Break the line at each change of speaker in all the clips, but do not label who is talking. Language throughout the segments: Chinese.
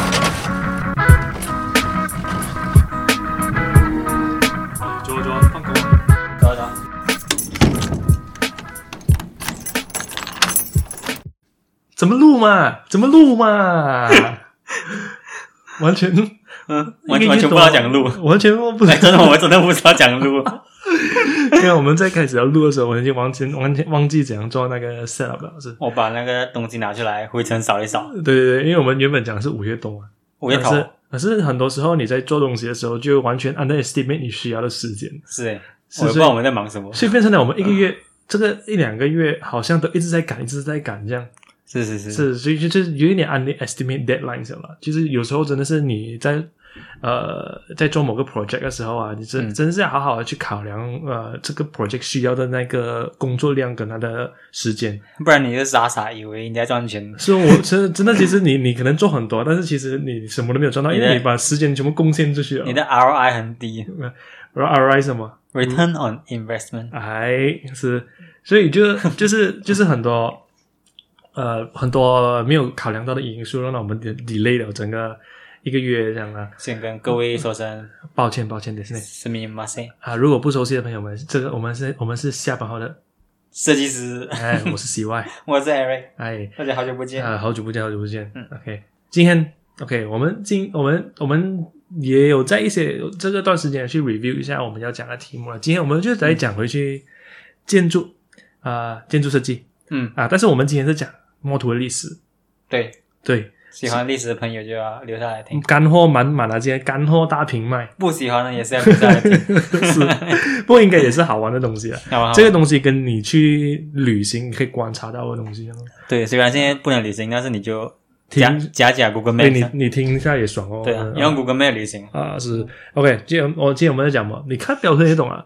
啊
怎么录嘛？怎么 录嘛？完全
嗯， 完全完全不知道讲路，，
完全不
哎， 真的，我真的不知道讲路。
因为我们在开始要录的时候，我已经完全完全忘记怎样做那个 set up 了，是。
我把那个东西拿出来，灰尘扫一扫，
对对对，因为我们原本讲的是五月多嘛，
五月头
可是可是很多时候你在做东西的时候，就完全 underestimate 你需要的时间，
是哎，
是
我也不知道我们在忙什么。
所以变成了我们一个
嗯
月、这个一两个月好像都一直在赶，一直在赶这样。
是是是，
是，所以就就是有一点 underestimate deadlines 了。就是有时候真的是你在呃在做某个 project 的时候啊，你真、
嗯
真是要好好的去考量呃这个 project 需要的那个工作量跟它的时间。
不然你就傻傻以为你在赚钱。
所以我 真的真的其实你你可能做很多，但是其实你什么都没有赚到，因
你
为
的
你把时间全部贡献出去了。
你的 ROI 很低
然后 RI 什么？
，Return on Investment。
哎，是，所以就 就是就是很多呃很多没有考量到的因素，让我们 de- delay 了整个一个月这样啊。
先跟各位说声
抱歉，抱歉的是那
すみません，
啊，如果不熟悉的朋友们，这个我们是我们是下班后的，
设计师，
哎，我是 CY，
我是 Eric，
哎，
大家好久不见。
啊，好久不见，好久不见，
嗯
o k 今天 OK，我们今我们我们也有在一些这个段时间去 review 一下我们要讲的题目了。今天我们就来讲回去建筑啊、建筑设计
嗯，
啊，但是我们今天是讲摸图的历史，
对，
对，
喜欢历史的朋友就要留下来听，
干货满满啊，今天干货大平卖，
不喜欢的也是要留下来听。
是，不过应该也是好玩的东西啊。
好吧，好吧
这个东西跟你去旅行可以观察到的东西，啊
对，虽然现在不能旅行，但是你就
听
假假假 Google
所以你
Map，
哎你听一下也爽哦。
对啊
嗯，
用 Google Map 旅行，
啊，是 OK。今天我今天我们在讲什么？你看表格也懂啊。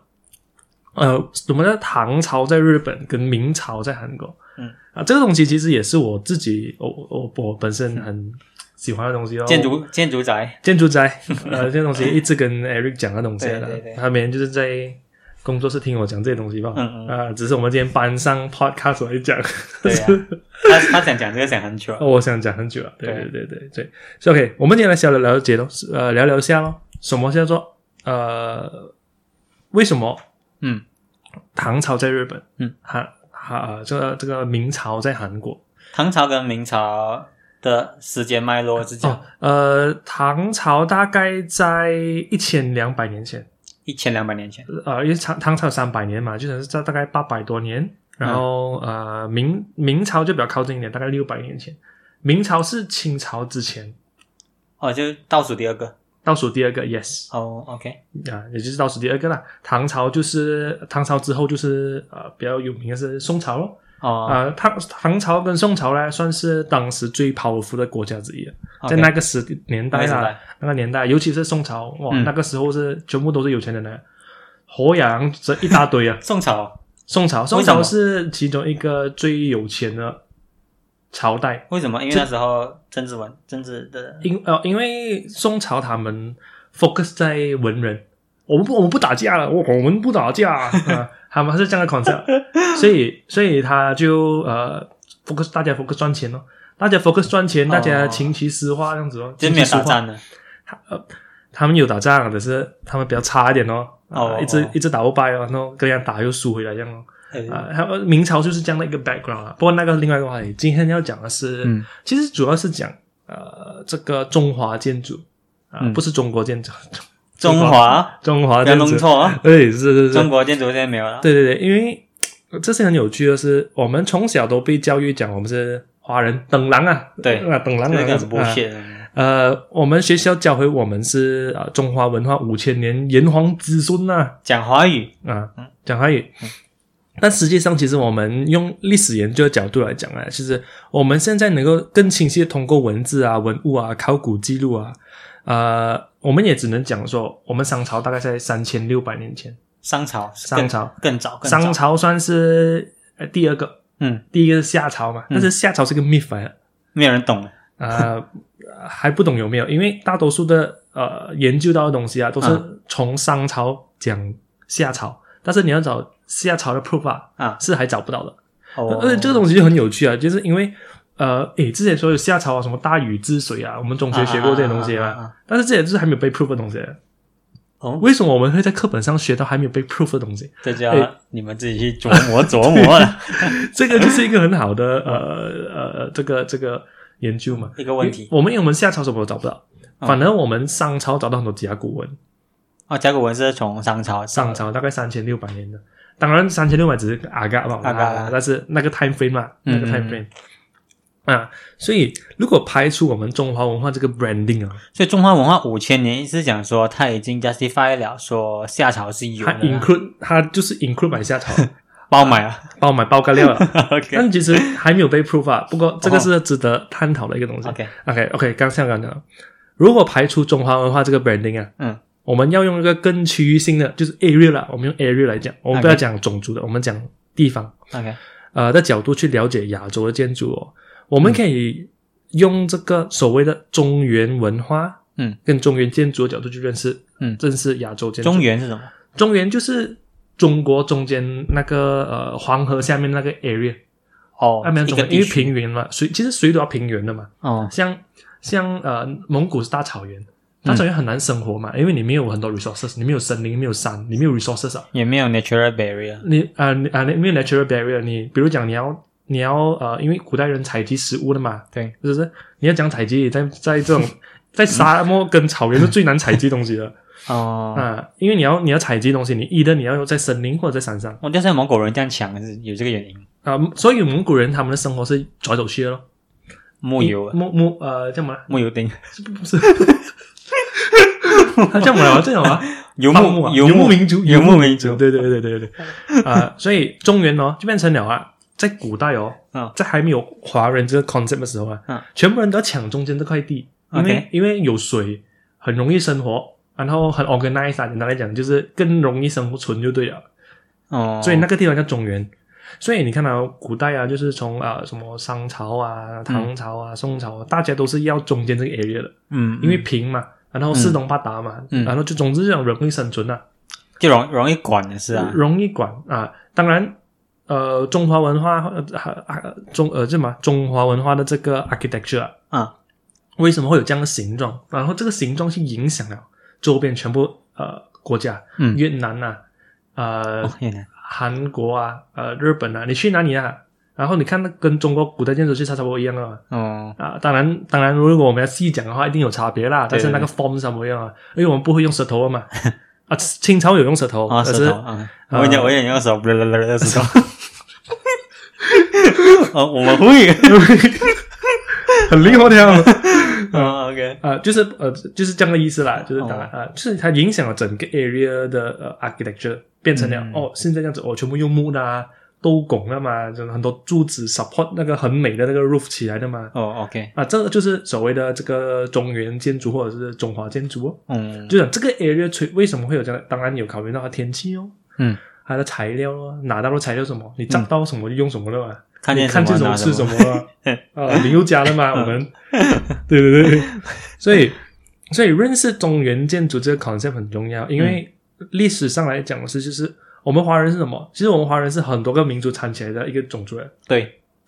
呃，我们的唐朝在日本跟明朝在韩国，
嗯
啊，这个东西其实也是我自己我我我本身很喜欢的东西哦。
建筑建筑宅，
建筑 宅，呃，这些东西一直跟 Eric 讲的东西的
对对对，
他每天就是在工作室听我讲这些东西吧。
嗯嗯
啊，只是我们今天搬上 podcast 来讲。
对啊，他他想讲这个想很久了，
哦，我想讲很久了，对
对
对对对对，所以 OK，我们今天来小聊了解咯，呃，聊聊一下咯，什么叫做呃，为什么
嗯
唐朝在日本，
嗯，
韩韩、呃这个这个明朝在韩国
唐朝跟明朝的时间脉络是
哦
讲，
呃，唐朝大概在一千两百年前，
一千两百年前，
呃，因为唐唐朝三百年嘛，就是在大概八百多年，
嗯
然后、呃，明明朝就比较靠近一点，大概六百年前，明朝是清朝之前
哦，就倒数第二个，
倒数第二个，yes。
哦，OK，
啊，也就是倒数第二个啦。唐朝就是唐朝之后就是呃比较有名的是宋朝咯。
哦
啊、唐唐朝跟宋朝呢，算是当时最 powerful 的国家之一了。啊在那个时年代
那时
啦
代，
那个年代，尤其是宋朝，哇，
嗯。
那个时候是全部都是有钱人来的，活养这一大堆啊
宋朝
宋朝，
什
宋
么
朝是其中一个最有钱的朝代，
为什么？因为那时候政治文政治的，
因呃，因为宋朝他们 focus 在文人，我们不我们不打架了，我我们不打架啊、啊他们是这样的 concept，所以所以他就呃 focus 大家 focus 赚钱咯，大家 focus 赚钱，大家
哦
琴棋书画这样子咯，
就是
琴
没
棋
有
书
打
画，
仗的，
他们有打仗，只是他们比较差一点哦，啊
哦
一直
哦
一直打不败哦，然后跟人家打又输回来这样咯，
哎
啊，还有明朝就是这样的一个 background 啊，不过那个是另外一个话题，今天要讲的是。
嗯，
其实主要是讲呃这个中华建筑啊、
嗯
不是中国建筑，
中华
中华
不要
建
弄
筑，
错啊，
啊对，是是
中
是，
国建筑现在没有了，
对对对，因为呃这是很有趣的是，我们从小都被教育讲我们是华人等狼啊，
对
啊等狼
这
啊，
个
啊
很 bullshit，
呃，我们学校教会我们是啊、呃中华文化五千年炎黄子孙呐、
讲华语，
啊
嗯，
讲华语。但实际上，其实我们用历史研究的角度来讲啊，其实我们现在能够更清晰的通过文字啊、文物啊、考古记录啊，呃，我们也只能讲说，我们商朝大概在三千六百年前，
商朝，
商朝
更更早，更
商
早，
朝算是呃第二个，
嗯，
第一个是夏朝嘛，但是夏朝是个 myth 来的
没有人懂的，
啊、呃， 还不懂有没有，因为大多数的呃研究到的东西啊，都是
嗯
从商朝讲夏朝，但是你要找夏朝的 proof 啊，
啊
是还找不到的。
哦，
而且这个东西就很有趣啊，就是因为呃，诶，之前说有夏朝啊，什么大禹治水啊，我们中学学过这些东西
啊
嘛，
啊啊啊啊
但是这也就是还没有被 proof 的东西。
哦，
为什么我们会在课本上学到还没有被 proof 的东西？
这就要
哎
你们自己去琢磨琢磨了。
这个就是一个很好的呃呃这个这个研究嘛。
一个问 题
我们因为我们夏朝什么都找不到，
嗯
反而我们商朝找到很多甲骨文，
哦，甲骨文是从商朝
商朝大概三千六百年的，当然三千六百只是阿嘎吧，啊
阿嘎啦
但是那个 time frame 嘛，
嗯
那个 time frame。啊，所以如果排除我们中华文化这个 branding 啊，
所以中华文化五千年，意思讲说它已经 justify 了，说夏朝是有
它
的啦，
include 它就是 include 买夏朝，
包买了。
帮我买爆干料了，
OK
但其实还没有被 prove 啊。不过这个是值得探讨的一个东西。
OK，
OK OK，刚像刚讲的，如果排除中华文化这个 branding 啊，
嗯，
我们要用一个更区域性的，就是 area 啦，我们用 area 来讲，我们不要讲种族的，我们讲地方，
OK，
呃的角度去了解亚洲的建筑
嗯
哦。我们可以用这个所谓的中原文化，
嗯，
跟中原建筑的角度去认识，
嗯
认识亚洲建筑。
中原是什么？
中原就是中国中间那个呃黄河下面那个 area，
哦
那边，
一
中
个
原因为
地区。
平原嘛，水其实水都要平原的嘛。
哦，
像像呃，蒙古是大草原，大草原很难生活嘛，因为你没有很多 resources，你没有森林，没有山，你没有 resources 啊，
也没有 natural barrier。
你啊你啊、你没有 natural barrier，你比如讲你要你要呃，因为古代人采集食物的嘛，
对，
是不是？你要讲采集，在在这种在沙漠跟草原是最难采集东西的 啊、
哦，
因为你要你要采集东西，你一的你要在森林或者在山上
我觉得蒙古人这样强是有这个原因，
啊、所以蒙古人他们的生活是走来走去的咯，
木有啊，
木木呃叫什么？
木有丁，
不是， 他叫什么？这种啊。
游
放牧啊
牧游
游牧
牧
民族，
游牧民
族，
族
对对对对对对， 啊，所以中原哦，就变成了啊，在古代哦
嗯，
在还没有华人这个 concept 的时候
嗯
啊，全部人都要抢中间这块地，因为
OK
因为有水，很容易生活，然后很 organized，啊简单来讲就是更容易生存就对了，
哦，
所以那个地方叫中原。所以你看到、古代啊，就是从啊、什么商朝啊、唐朝啊、宋朝啊，大家都是要中间这个 area 的，
嗯，
因为
嗯
平嘛，然后四通八达嘛，
嗯
然后就总之这种容易生存啊。
就容容易管的是啊，
容易管啊。当然，呃，中华文化呃啊中呃这嘛中华文化的这个 architecture 啊
啊，
为什么会有这样的形状？然后这个形状去影响了周边全部呃国家，
嗯
越南呐、啊，呃、
哦，原来
韩国啊，呃日本啊，你去哪里啊？然后你看，那跟中国古代建筑是差差不多一样的嘛
哦，
啊。当然，当然，如果我们要细讲的话，一定有差别啦。但是
对
那
对
个 form 是什么样啊？因为我们不会用舌头的 嘛。啊，清朝有用舌头，
啊，
可
石
是
头啊，我也我也用手，不不不不， 石头。哦，我们会，
很灵活的样子。
嗯，OK，
啊，就是呃，就是这样的意思啦，就是
哦
当然啊，就是它影响了整个 area 的呃 architecture，变成了、
嗯
哦，现在这样子，哦，全部用木的啊，都拱的嘛，就是很多柱子 support 那个很美的那个 roof 起来的嘛，
哦，OK，
啊，这个就是所谓的这个中原建筑或者是中华建筑、哦，
嗯，
就讲这个 area 吹为什么会有这样的，当然有考虑到它天气哦，
嗯，
它的材料哦，拿到的材料什么，你找到什么就用什么了嘛。
看
你
见
看见
什么嗯
什么
拿
吃
什
什
么，
么啊？ 啊，林宥嘉的嘛，我们对对对，所以所以认识中原建筑这个 concept 很重要，因为
嗯
历史上来讲的是，就是我们华人是什么？其实我们华人是很多个民族掺起来的一个种族人
对，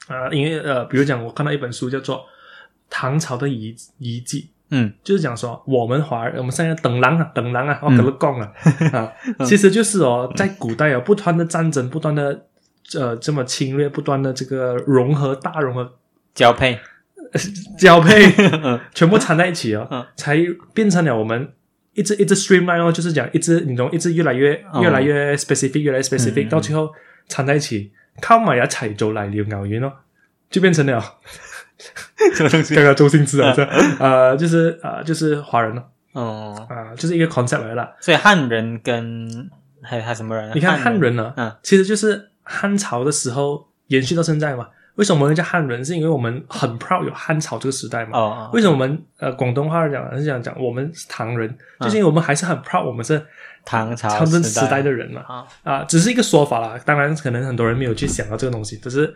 啊、因为呃，比如讲我看到一本书叫做《唐朝的遗遗迹》，
嗯，
就是讲说，我们华人，我们现在等狼啊，等狼啊，我
嗯
跟了讲 啊，啊，其实就是哦，在古代啊，不断的战争，不断的呃这么侵略，不断的这个融合、大融合、
交 配，
交配，
嗯
全部掺在一起哦
嗯，
才变成了我们一直一直 streamline 哦，就是讲一直你懂，一直越来越
哦
越来越 specific，越来越 specific，、
嗯
到最后掺在一起，靠埋一齊做嚟了牛丸咯，就变 成了
什么东西
刚？刚周星驰啊，是吧呃，就是呃就是华人咯，
哦，
啊、就是一个 concept 来了。
所以汉人跟还还有什么人？
你看汉人呢、
嗯
其实就是汉朝的时候延续到现在嘛。为什么我们叫汉人？是因为我们很 proud 有汉朝这个时代嘛。
哦，哦
为什么我们呃广东话讲是这样讲，我们是唐人，
嗯
就是因为我们还是很 proud 我们是
唐
朝
朝
鲜时代的人嘛。
啊，
啊、只是一个说法啦。当然，可能很多人没有去想到这个东西，只是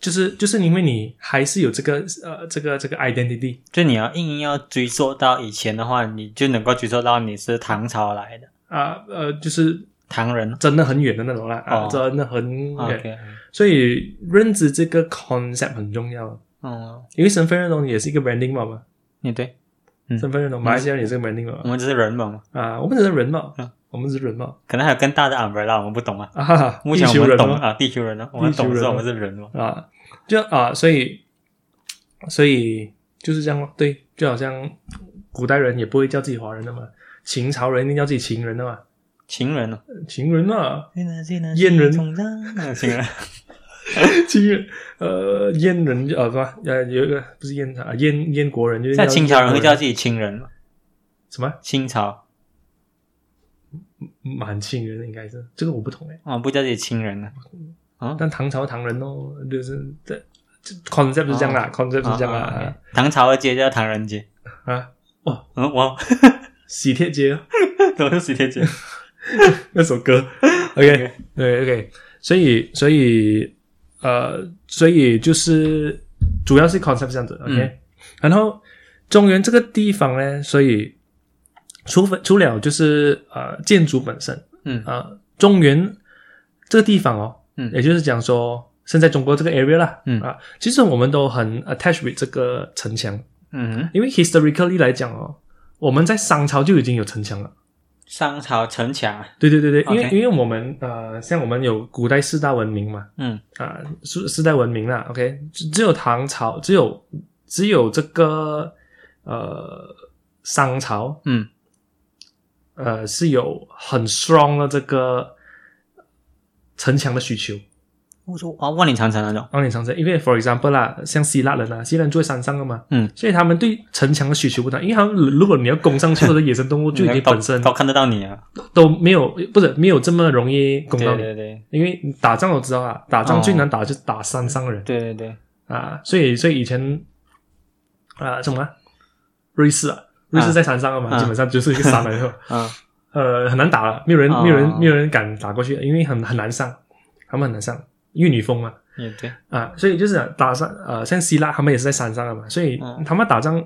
就是就是因为你还是有这个呃这个这个 identity，
就你要硬要追溯到以前的话，你就能够追溯到你是唐朝来的
啊呃就是
唐人。
真的很远的那种啦，啊
哦
真的很远。
OK，嗯
所以认知这个 concept 很重要。
嗯，
因为身份认同也是一个 branding 嘛嘛。
你对，嗯
身份认同，马来西亚人也是个 branding
我
嘛，
们只是人嘛，
啊，我们只是人嘛
嗯，
我们只是 人嘛，
可能还有更大的 umbrella，我们不懂啊。
啊哈哈，
目
地
前我
球
们
人
懂
嘛，
啊，地球人呢，我们
地球
懂是
人
我
嘛
们是人嘛。
啊，就啊，所以所以就是这样咯。对，就好像古代人也不会叫自己华人的嘛，秦朝人一定叫自己秦人的嘛，
情人啊呢？
秦人嘛，
燕
燕人
情人，
秦人呃燕人呃不呃有一个不是燕啊燕燕国人就是
在
叫
清朝人会
燕国
叫自己亲人嘛？
什么
清朝
满清人应该是这个我不懂哎，
哦，不叫自己亲人了。
但唐朝唐人哦就是这这 concept 是这样啦、c o n c e p t 是这样啦
啊啊啊唐朝的街叫唐人街，
啊啊
嗯，我
喜帖街哦。
都是喜帖 街。
那首歌。OK，对 OK，所以所以呃，所以就是主要是 concept 这样子。OK，、
嗯
然后中原这个地方呢，所以除非除了就是呃建筑本身
嗯
啊、呃，中原这个地方哦，
嗯
也就是讲说。现在中国这个 area 啦，
嗯
啊，其实我们都很 attached with 这个城墙，
嗯哼，
因为 historically 来讲哦，我们在商朝就已经有城墙了。
商朝城墙啊，
对对对对，因
OK
为因为我们呃，像我们有古代四大文明嘛，
嗯
啊、四四大文明啦，OK，只只有唐朝，只有只有这个呃商朝，
嗯
呃是有很 strong 的这个城墙的需求。
我说哦，万里长城那种，
让你长城，因为 for example 啦，像希腊人啊，希腊人住在山上的嘛，
嗯，
所以他们对城墙的需求不大，因为他们如果你要攻上去或者野生动物，就已经
人家都
本身
都看得到你啊。
都没有，不是没有这么容易攻
对
到你。
对对
因为打仗我知道啊，打仗
哦
最难打就是打山上人、
对对对，
啊，所以所以以前啊、什么啊瑞士啊，瑞士在山上的嘛，
啊
基本上就是一个山来 的，
嗯
呃，很难打了，没有人、
哦
没有人没有人敢打过去，啊因为很很难上，他们很难上，因为女风嘛
也对，
啊，所以就是讲打山呃，像希腊他们也是在山上的啊嘛，所以
嗯
他们打仗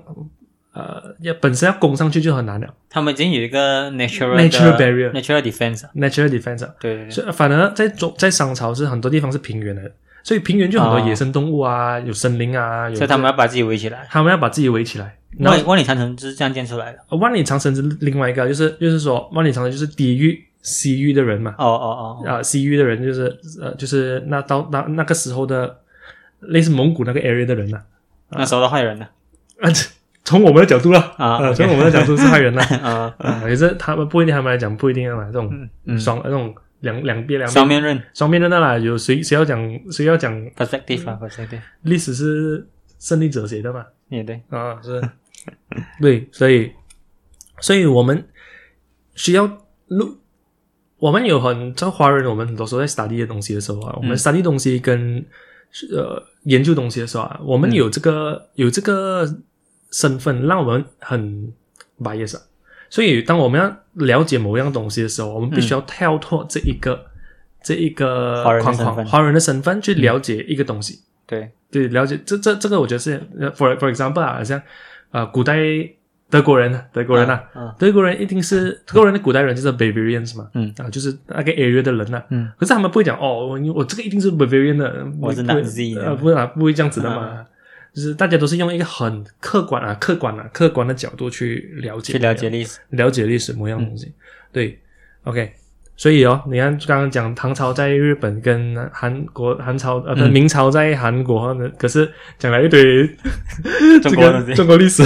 呃要本身要攻上去就很难了
他们已经有一个 natural 的
Natural barrier
natural defense 啊。
，natural defense 啊
对对对，
所以反而在中在商朝是很多地方是平原来的，所以平原就很多
哦
野生动物啊，有森林啊，有
所以他们要把自己围起来。
他们要把自己围起来。
万
然后
里万里长城就是这样建出来的。
呃万里长城是另外一个，就是就是说万里长城就是抵御西域的人嘛，
哦哦哦，
啊、西域的人就是呃就是那到那那个时候的类似蒙古那个 area 的人呐、
那时候的坏 人呢？
啊， 从我们的角度啦，
啊
呃
OK
从我们的角 度是害人啦，
嗯，
啊，也是他们不一定他们来讲不一定啊嘛，这种
嗯嗯
双那种两两边两边
双面刃
双面的那啦，有谁谁要讲谁要讲
perspective
嗯
啊，perspective
历史是胜利者写的嘛？
也对，
啊，是， 对，所以，所以我们需要录，我们有很在华人，我们很多时候在 study 的东西的时候
嗯
啊，我们 study 东西跟呃研究东西的时候啊，我们有这个、
嗯
有这个身份，让我们很 bias 啊。所以，当我们要了解某样东西的时候，我们必须要跳脱这一个、这一
嗯
个
华人的
框
身
框，
份嗯
华人的身份去了解一个东西。
对，
对，了解这这这个，我觉得是呃 for for example 啊，好像呃古代德国人，德国人啊，
嗯
德国人一定是德国人的古代人就是 Bavarians 嘛，
嗯
啊，就是那个 area 的人呐、啊
嗯，
可是他们不会讲哦，我我这个一定是 Bavarian 的，
我是
不会
Nazi 的
呃，不会啊，不会这样子的嘛。就是大家都是用一个很客观啊、客观啊、客观的角度去了解、
去了解历史。
了解历史某样东
嗯
西。对，OK，所以哦，你看刚刚讲唐朝在日本跟韩国韩朝呃，不是
嗯
明朝在韩国，可是讲了一堆
中
这
国
个
东西
中国历史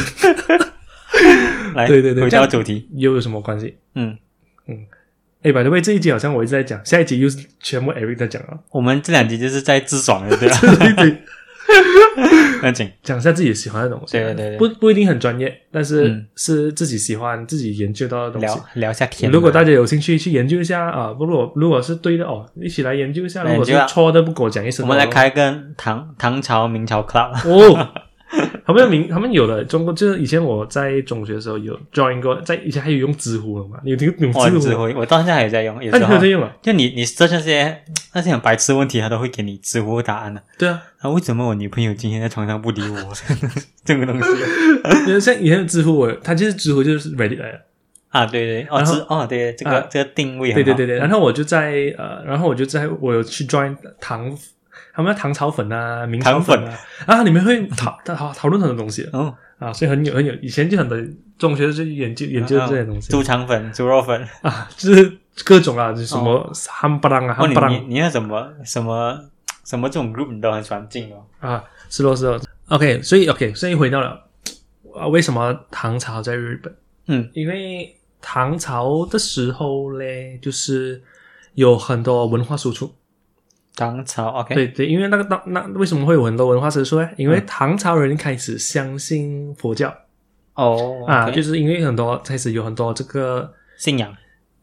来，
对对对
回
这样
到主题，
又有什么关系？
嗯，
哎，by the way，这一集好像我一直在讲，下一集又是全部 Eric 在讲 啊，
我们这两集就是在自爽的，对吧？
对对，
那请
讲一下自己喜欢的东西，啊
对对对
不不一定很专业，但是
嗯是
是自己喜欢、自己研究到的东西
聊。聊一下天嘛。
如果大家有兴趣去研究一下啊，不如果如果是对的哦，一起来研究一下；
来
如果是
研究啊
错的，不跟我讲一声
我
哦。
们来开个唐唐朝明朝 club，
哦。他们有名，他们有的中国就是以前我在中学的时候有 join 过，在以前还有用知乎了嘛？你有听 用
我
知
指
乎吗？
挥，我到现在还有在用，有
那
时
你
候
还在用啊？
就你你这些那些很白痴的问题，他都会给你知乎答案的。
对啊，
啊，为什么我女朋友今天在床上不理我？ 这个东西
因为像以前的知乎，我它其实知乎就是 Reddit 来的，
啊，对对，哦，
然后
知哦，对，这个
啊
这个定位很
对
好，
对对对。然后我就在呃，然后我就在我有去 join 唐，他们叫唐朝粉啊，明朝
唐粉
啊，然后里面会讨讨讨论很多东西的
哦，
啊，所以很有很有，以前就很多中学就研究研究
啊
这些东西
猪肠粉、猪肉 粉。
啊，就是各种啊，就是什么汉巴当啊、
哦，
汉
你
巴
你
当
你那什么什么什么这种 group 你都很喜欢进哦。
啊，是咯是咯。OK，所以 OK，所以回到了啊，为什么唐朝在日本？
嗯，
因为唐朝的时候嘞，就是有很多文化输出。
唐朝 OK，
对对，因为那个当那为什么会有很多文化输出呢？因为
嗯
唐朝人开始相信佛教
哦
啊，
，OK
就是因为很多开始有很多这个
信仰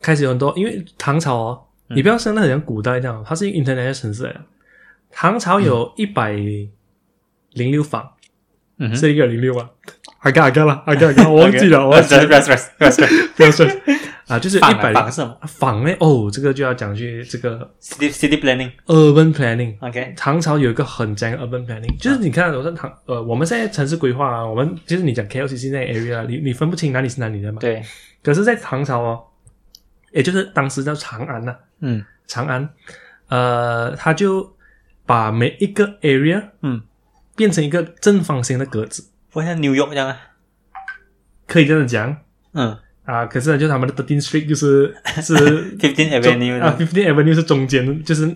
开始有很多，因为唐朝哦，
嗯
你不要想的很像古代这样，它是一个 international 城市来的。唐朝有一百零六坊，
嗯哼
是一个零六啊，阿嘎阿嘎啦，阿嘎阿 嘎，我忘记了，我忘记
不
了，
要不要不要不要
不要说啊，就是一
绑啊
百
绑是什么
坊呢？哦，这个就要讲去这个
？City City Planning
urban planning。
OK，
唐朝有一个很强的 urban planning，就是
啊
你看，我说唐呃，我们现在城市规划啊，我们就是你讲 KLCC 那 area，你你分不清哪里是哪里的嘛。
对，
可是，在唐朝哦，也就是当时叫长安呐、
嗯
长安，呃，他就把每一个 area
嗯，
变成一个正方形的格子，
不会像 New York 这样啊，
可以这样讲
嗯
啊。可是呢，就他们的 Thirteen Street 就是是
，Fifteen
中
Avenue
啊，Fifteen Avenue 是中间，就是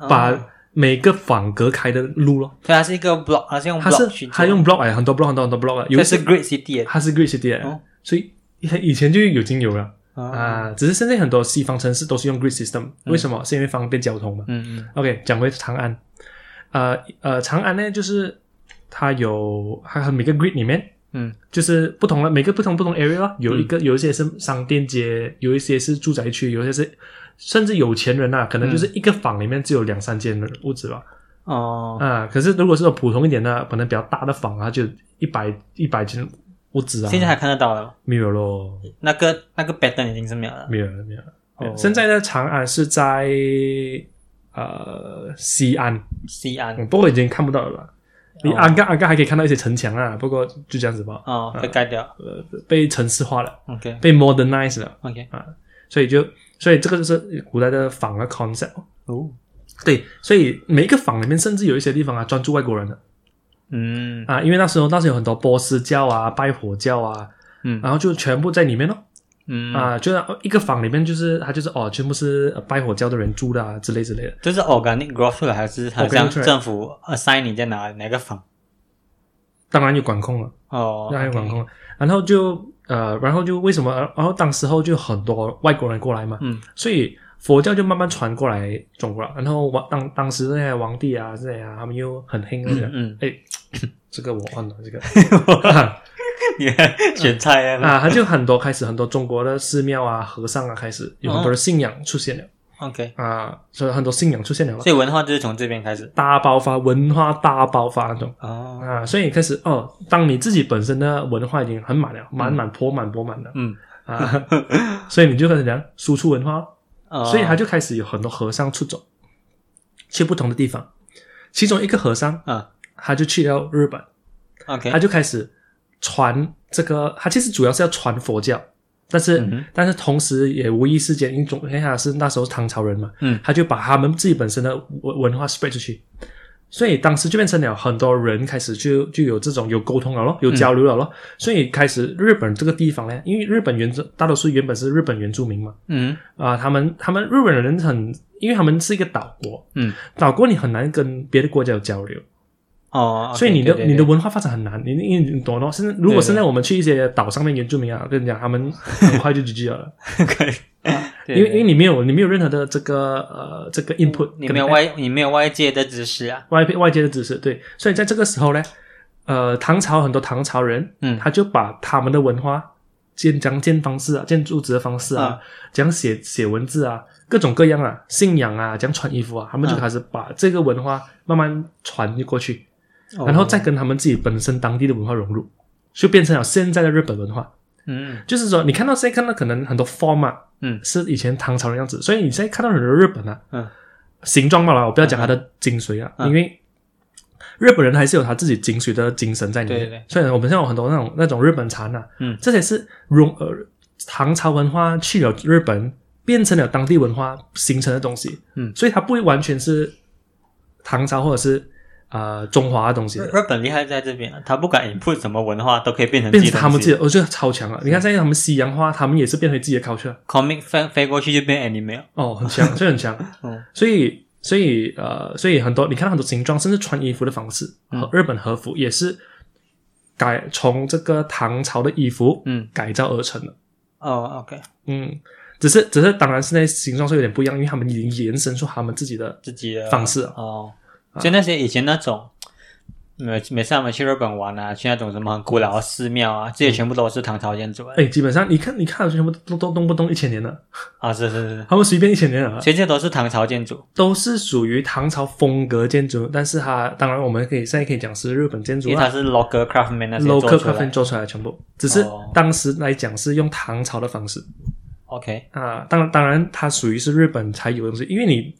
哦
啊把每个坊隔开的路咯。
对，它是一个 block，它是用
它
block
是
去做
它用 block 哎，很多 block 很多很多 block 啊，有
这
一些
是 Great City
它是 Great City 哎
哦
所以以前就有经有了
啊
啊。只是现在很多西方城市都是用 Great System，为什么？是因为方便交通嘛。
嗯嗯
OK，讲回长安，呃呃，长安呢，就是它有它它每个 grid 里面
嗯
就是不同的每个不同不同 area 咯有一个、有一些是商店街，有一些是住宅区，有一些是甚至有钱人呐、啊可能就是一个房里面只有两三间的屋子吧。
哦，
啊，可是如果是有普通一点的，可能比较大的房啊，就一百一百间屋子啊，
现在还看得到了，
没有咯，
那个那个 pattern 已经是没有了。
没有了，没有了。
哦
现在的长安是在呃西安，
西安
嗯不过已经看不到了啦。你
哦
阿嘎阿嘎还可以看到一些城墙啊，不过就这样子吧，
哦，被盖掉。
呃，被城市化了，
OK
被 modernized 了，
OK，
所以就所以这个就是古代的仿的 concept。
哦，
对，所以每一个坊里面，甚至有一些地方啊，专注外国人的
嗯
啊，因为那时候那时候有很多波斯教啊、拜火教啊，
嗯
然后就全部在里面咯。
嗯，
啊，就是一个房里面，就是它就是哦，全部是呃拜火教的人住的啊，之类之类的。
就是 organic growth 出来，还是好像
Organic 出来
政府 assign 你在哪哪个房？
当然有管控了，
哦，
当然有管
OK，
控了。然后就呃，然后就为什么？然后当时候就很多外国人过来嘛，
嗯
所以佛教就慢慢传过来中国了。然后王当当时那些皇帝啊之类啊，他们又很兴那个，
嗯，
哎、 这个我忘了这个啊，
你看选菜啊
啊，他就很多开始很多中国的寺庙啊、和尚啊开始有很多的信仰出现了、
，OK，
啊，所以很多信仰出现了咯，
所以文化就是从这边开始。
大爆发，文化大爆发那种。
哦，
啊，所以开始哦，当你自己本身的文化已经很满了，满满泼满泼 满了
嗯，
啊，所以你就开始讲输出文化咯，
哦
所以他就开始有很多和尚出走，去不同的地方。其中一个和尚，
啊
他就去了日本，
，OK，
他就开始传这个，他其实主要是要传佛教，但是、
嗯哼
但是同时也无意之间，因为总因为他是那时候是唐朝人嘛，
嗯
他就把他们自己本身的文文化 spread 出去，所以当时就变成了很多人开始就就有这种有沟通了咯，有
嗯
交流了咯，所以开始日本这个地方呢，因为日本原住大多数原本是日本原住民嘛，
嗯
啊、他们他们日本人很，因为他们是一个岛国，
嗯，
岛国你很难跟别的国家有交流。
哦，OK，
所以你的
对对
你的
对
文化发展很难，你你你懂咯。现在如果
对对
现在我们去一些岛上面原住民啊，我跟你讲，他们很快就 GG 了，
可以，对
因
啊
为因
对
为你没有你没有任何的这个呃这个 input，
你
跟
没有外你没有外界的知识啊，
外外界的知识，对，所以在这个时候呢，呃，唐朝很多唐朝人，
嗯
他就把他们的文化建讲建方式啊，建筑子的方式啊，讲写写文字啊，各种各样啊，信仰啊，讲穿衣服啊，他们就
嗯
开始把这个文化慢慢传过去。
哦
然后再跟他们自己本身当地的文化融入，就变成了现在的日本文化。
嗯
就是说，你看到现在看到可能很多 form 啊，
嗯
是以前唐朝的样子，所以你现在看到很多日本啊
嗯
形状罢了，我不要讲它的精髓啊，
嗯
因为日本人还是有他自己精髓的精神在里面。
对对对
所以我们现在有很多那种那种日本茶啊，
嗯
这些是融呃唐朝文化去了日本，变成了当地文化形成的东西。
嗯
所以它不会完全是唐朝或者是呃中华的东西
日
的，
日本厉害在这边啊，他不管 input 什么文化都可以变成自
变
己
成他们自己
的
的，我觉得超强啊！
嗯
你看现在他们西洋化，他们也是变回自己的
东
culture，
西 comic 飞飞过去就变 anime 了。
哦，很强，这很强
嗯。
所以，所以呃，所以很多你看到很多形状，甚至穿衣服的方式，
嗯
和日本和服也是改从这个唐朝的衣服
嗯，
改造而成的。
哦，OK，
嗯，只是只是当然现在形状是有点不一样，因为他们已经延伸出他们自己的
自己的
方式啊了。
哦，就那些以前那种，每每次我们去日本玩啊，去那种什么很古老的寺庙啊，这些全部都是唐朝建筑的
哎、基本上你看，你看，全部都都动不动一千年了，
啊，是是是，
他们随便一千年了，
所以这都是唐朝建筑，
都是属于唐朝风格建筑，但是它当然我们可以现在可以讲是日本建筑
因为
啊
它是 local craftsman 那些
local
做出
coffin
来。
做出来的全部，只是
啊哦
当时来讲是用唐朝的方式
OK，
啊，当然当然它属于是日本才有的东西，因为你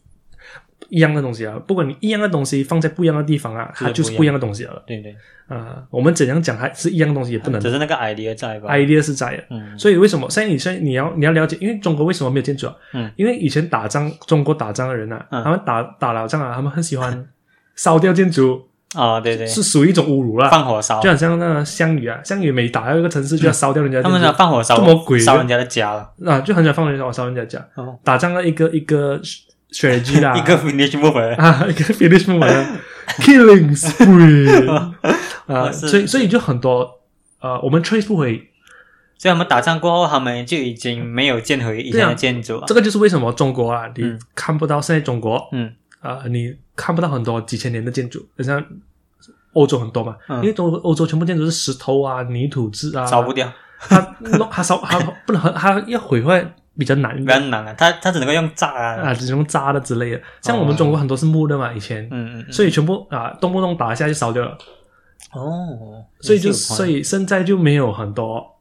一样的东西啊，不管你一样的东西放在不一样的地方啊，它就是不一样的东西了
对对，
啊。我们怎样讲它是一样的东西也不能
只啊是那个 idea 在吧？
，idea 是在的。
嗯，
所以为什么？所以你所以你要你要了解，因为中国为什么没有建筑啊？
嗯，
因为以前打仗，中国打仗的人啊，
嗯
他们打打了仗啊，他们很喜欢烧掉建筑，
啊，对对，
是属于一种侮辱啦。
放火烧
就，好像那个项羽啊，项羽每打到一个城市就要烧掉人家
他
建
们
筑，
的放火烧
这么鬼的
烧人家的家了，
啊，就很想放人家烧人家家
哦，
打仗了一个一个血迹啦，
一个 finish move，
啊一个 finish move 啊 killing spree 啊，
哦是
所以所以就很多呃，我们 trace 不回，
所以他们打仗过后，他们就已经没有建回以前
对
的
啊
建筑了。
这个就是为什么中国啊，你
嗯
看不到现在中国
嗯，
啊，你看不到很多几千年的建筑，好像。欧洲很多嘛，
嗯
因为中国欧洲全部建筑是石头啊、泥土质啊，
烧不掉，
它弄 它烧它不能它要毁坏比较难一
比
点，
较难啊了。他他只能够用炸啊。
啊，这种渣的之类的。像我们中国很多是木的嘛，以前，
嗯嗯嗯，
所以全部啊动不动打一下就烧掉了，
哦，
所以就
也是有
所以现在就没有很多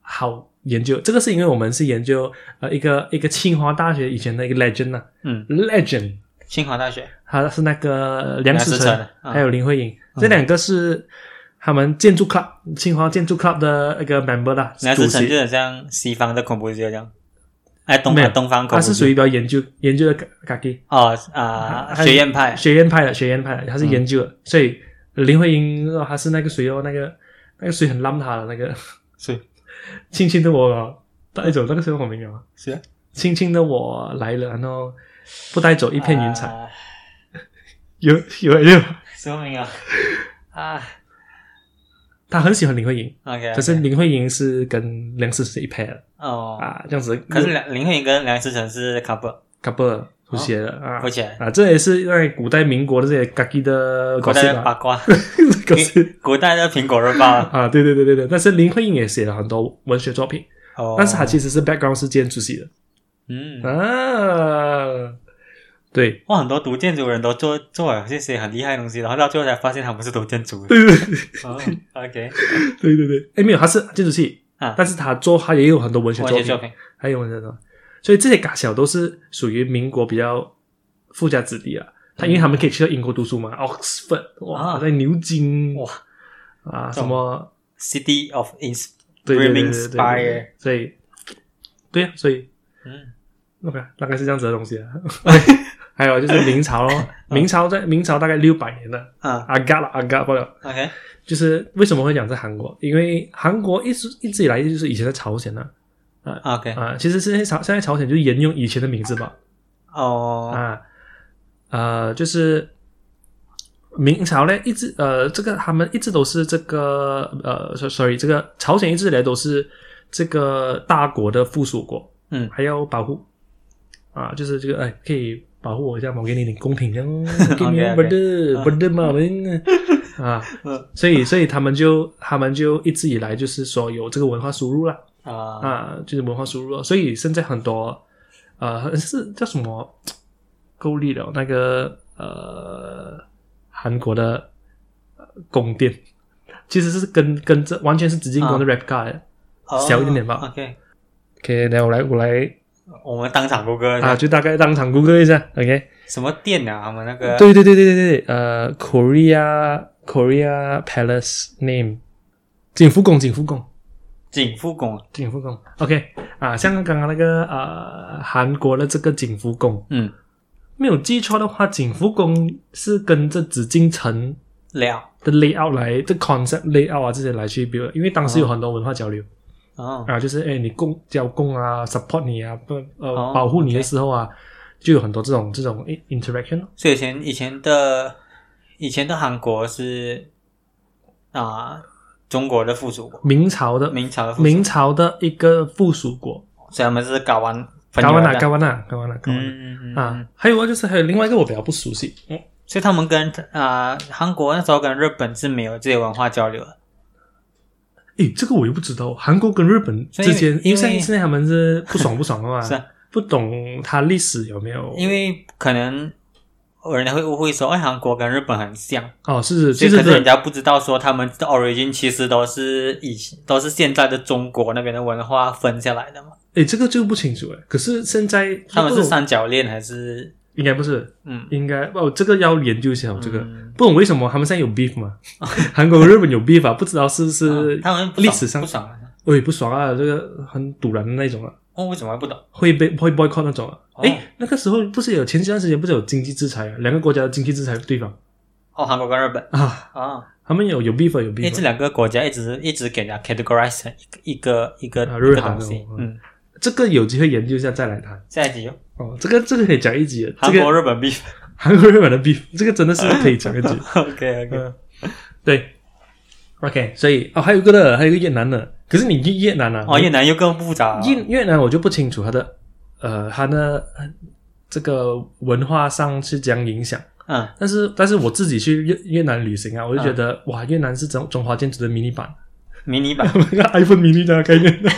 好研究。这个是因为我们是研究呃一个一个清华大学以前的一个 legend 啊
嗯，
，legend，
清华大学
他是那个梁
梁
思
思
成
成嗯
还有林慧颖，这两个是他们建筑 club 清华建筑 club 的那个 member 啦，
梁
主
思成
席
就。很像西方的恐怖节这样，哎，东
没有
东方恐
他
怖
是
节
属于比较研究研究的嘎嘎给，
哦啊
他
学院派
学院派的，学院派
嗯
的，他是研究的，所以林徽因哦她是那个谁哦，那个那个谁很烂他的那个，
是
轻轻的我带走那个时候我明了吗？
是啊
轻轻的我来了，然后不带走一片云彩，
啊
有有有，
说明 啊啊
他很喜欢林徽因，
，OK，
可是林徽因是跟梁思成一派的
哦，
啊，这样子，
可是梁林慧跟梁思成是 couple，
couple 出血的啊
而。且
啊，这也是在古代民国的这些嘎叽的
古代
gossip
的
啊
八卦，
gossip
古代的苹果日 报
啊，对对对对对，但是林徽因也写了很多文学作品，
哦，
但是他其实是 background 是建筑系的
嗯。
啊，对
哇，很多读建筑人都做做了这些很厉害的东西，然后到最后才发现他们是读建筑的。
对对
哦 OK，
对对对，哎没有，他是建筑系
啊
但是他做他 也有很多文学
文
作
学
品，
作品，
还有文学作品，所以这些嘎小都是属于民国比较富家子弟啊。他因为他们可以去到英国读书嘛，Oxford 哇，
啊
在牛津
哇
啊
这
什
种
么
City of Ins，
对对对
Dream
对对对对
Inspire，
所以对呀、所以
嗯，
那个大概是这样子的东西啊。还有就是明朝咯，明朝在明朝大概六百年了，
啊
阿嘎了阿嘎不了。
，OK，
就是为什么会讲在韩国？因为韩国一直一直以来就是以前的朝鲜呢、
OK，
啊，啊、其实现在朝现在朝鲜就是沿用以前的名字嘛，
哦，
啊，呃，就是明朝呢，一直呃，这个他们一直都是这个呃，so-，sorry，这个朝鲜一直以来都是这个大国的附属国，
嗯
还要保护啊，就是这个哎，可以保护我一下吗？我给你点公平 这样哦，给你
OK，OK 嗯
不的不的嘛，我们啊，所以所以他们就他们就一直以来就是说有这个文化输入啦。
啊，
啊，就是文化输入了，所以现在很多呃是叫什么勾力了那个呃韩国的呃宫殿，其实是跟跟这完全是紫禁宫的 rap guy 来的。
哦
小一点点吧
OK，
啊 OK，然后我来我来
我们当场谷歌
啊，就大概当场 Google 一下。OK，
什么店啊？他们那个
对对对对对对，呃，Korea Korea Palace name，景福宫景福宫。
景福宫啊，
景福宫，OK 啊，像刚刚那个呃韩国的这个景福宫，
嗯，
没有记错的话，景福宫是跟着紫禁城
了
的 layout 来，这 concept layout 啊这些来去 build，因为当时有很多文化交流、
哦，
啊，就是哎，你供交供啊，support 你啊，不呃、
哦
保护你的
OK
时候啊就有很多这种这种 in- interaction 咯。
所以以前以前的以前的韩国是啊中国的附属国，
明朝的
明朝的附属
明朝的一个附属国，
国，所以他们是搞完分
嘎
完
湾纳嘎湾纳嘎湾纳嘎湾
啊嗯
纳
嗯嗯嗯
啊，还有啊，就是还有另外一个我比较不熟悉，嗯，
所以他们跟啊、韩国那时候跟日本是没有这些文化交流的，
诶，这个我又不知道，韩国跟日本
所以
之间，因为
因为
现现在他们是不爽不爽的嘛，
是啊
不懂它历史有没有？
因为可能人家会误会说，哎，韩国跟日本很像，
哦，
所
是是
以
是
可是人
是，
家不知道说他们的 origin 其实都是以都是现在的中国那边的文化分下来的嘛，
诶，这个就不清楚诶。可是现在
他们是
不懂
三角恋还是
应该不是，
嗯
应该哦，这个要研究一下哦，这个
嗯
不懂为什么他们 现在有 beef 嘛？韩国、日本有 beef 啊，不知道是是
啊他们不
历
爽
史上
不爽啊，
我也不爽啊，这个很堵然的那种啊，
哦，为什么会不懂？
会被会 boycott 那种啊。
哦
诶，那个时候不是有前几段时间不是有经济制裁啊，两个国家的经济制裁对方
哦，韩国跟日本
啊，
啊，
他们有有 beef 啊有
因
beef
为
啊
这。两个国家一直一直给人家 categorize 成一个一个一
啊
个
日
一个
韩
东西
哦，嗯
嗯，
这个有机会研究一下再来谈
下一集有
哦。这个这个可以讲一集的，啊这
韩
个
国日本 beef。
韩国日本的 beef，这个真的是可以讲一集。
OK OK，
嗯，对，OK，所以哦，还有一个的，还有一个越南的，可是你去越南啊？
哦，越南又更复杂啊了。
越越南啊我就不清楚它的呃它的呃这个文化上是怎样影响，
嗯，
但是但是我自己去越越南旅行啊，我就觉得、哇，越南是中中华建筑的迷你版，
迷你版，
iPhone 迷你的概念。
对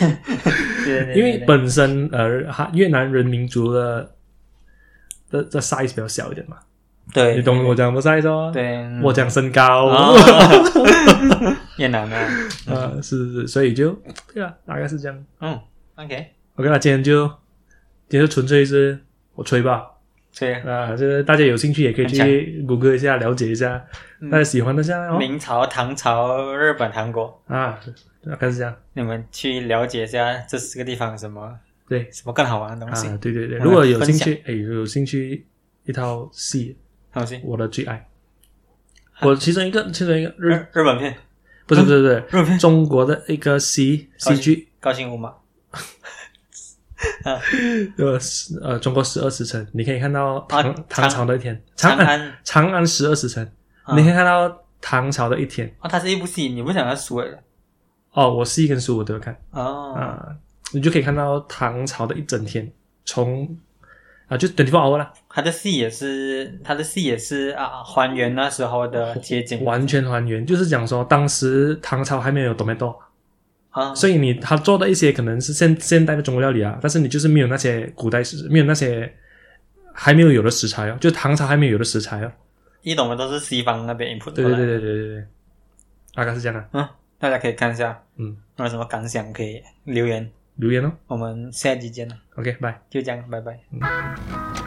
对对
因为本身呃，哈越南人民族的的的 size 比较小一点嘛，
对，
你懂我讲的 size 哦？，
对，
我讲身高，
哦 越南啊的，
呃，是是是，所以就对啊，大概是这样。
嗯，OK，
OK 啦，今天就今天就纯粹是我吹吧，
对，
啊、就是大家有兴趣也可以去
很
谷歌一下了解一下，
嗯
大家喜欢的下来哦。
明朝、唐朝、日本、韩国，
啊，大概是这样，
你们去了解一下这四个地方有什么
对
什么更好玩的东西
啊，对对对，
我们
如果有兴
分
趣，哎，有兴趣一套戏，
东西。
我的最
啊
爱。我其中一个，其中一个
日
日
日本片，
不是不是不是，
日本片，
中国的一个 C C
高
G
高兴无马，
呃十呃中国十二时辰，你可以看到唐、
啊长
唐朝的一天，长
长
安
安。
长安十二时辰，
啊
你可以看到唐朝的一天。
哦，它是一部戏，你不想要输的
哦，我 C 跟书我都有看
哦，
啊、你就可以看到唐朝的一整天，从啊、就 twenty four hour 啦，
它的戏也是，它的戏也是啊，还原那时候 的街景
完全还原，就是讲说当时唐朝还没有 tomato，
啊，
所以你他做的一些可能是现现代的中国料理啊，但是你就是没有那些古代食，没有那些还没有有的食材哦，就唐朝还没有有的食材哦。
一懂的都是西方那边 input
对
过
对
来
对对对对对，大概是这样啊。
嗯，大家可以看一下，
嗯，
有什么感想可以留言，
留言哦
我们下一集见了，
，OK，拜。
就这样，拜拜。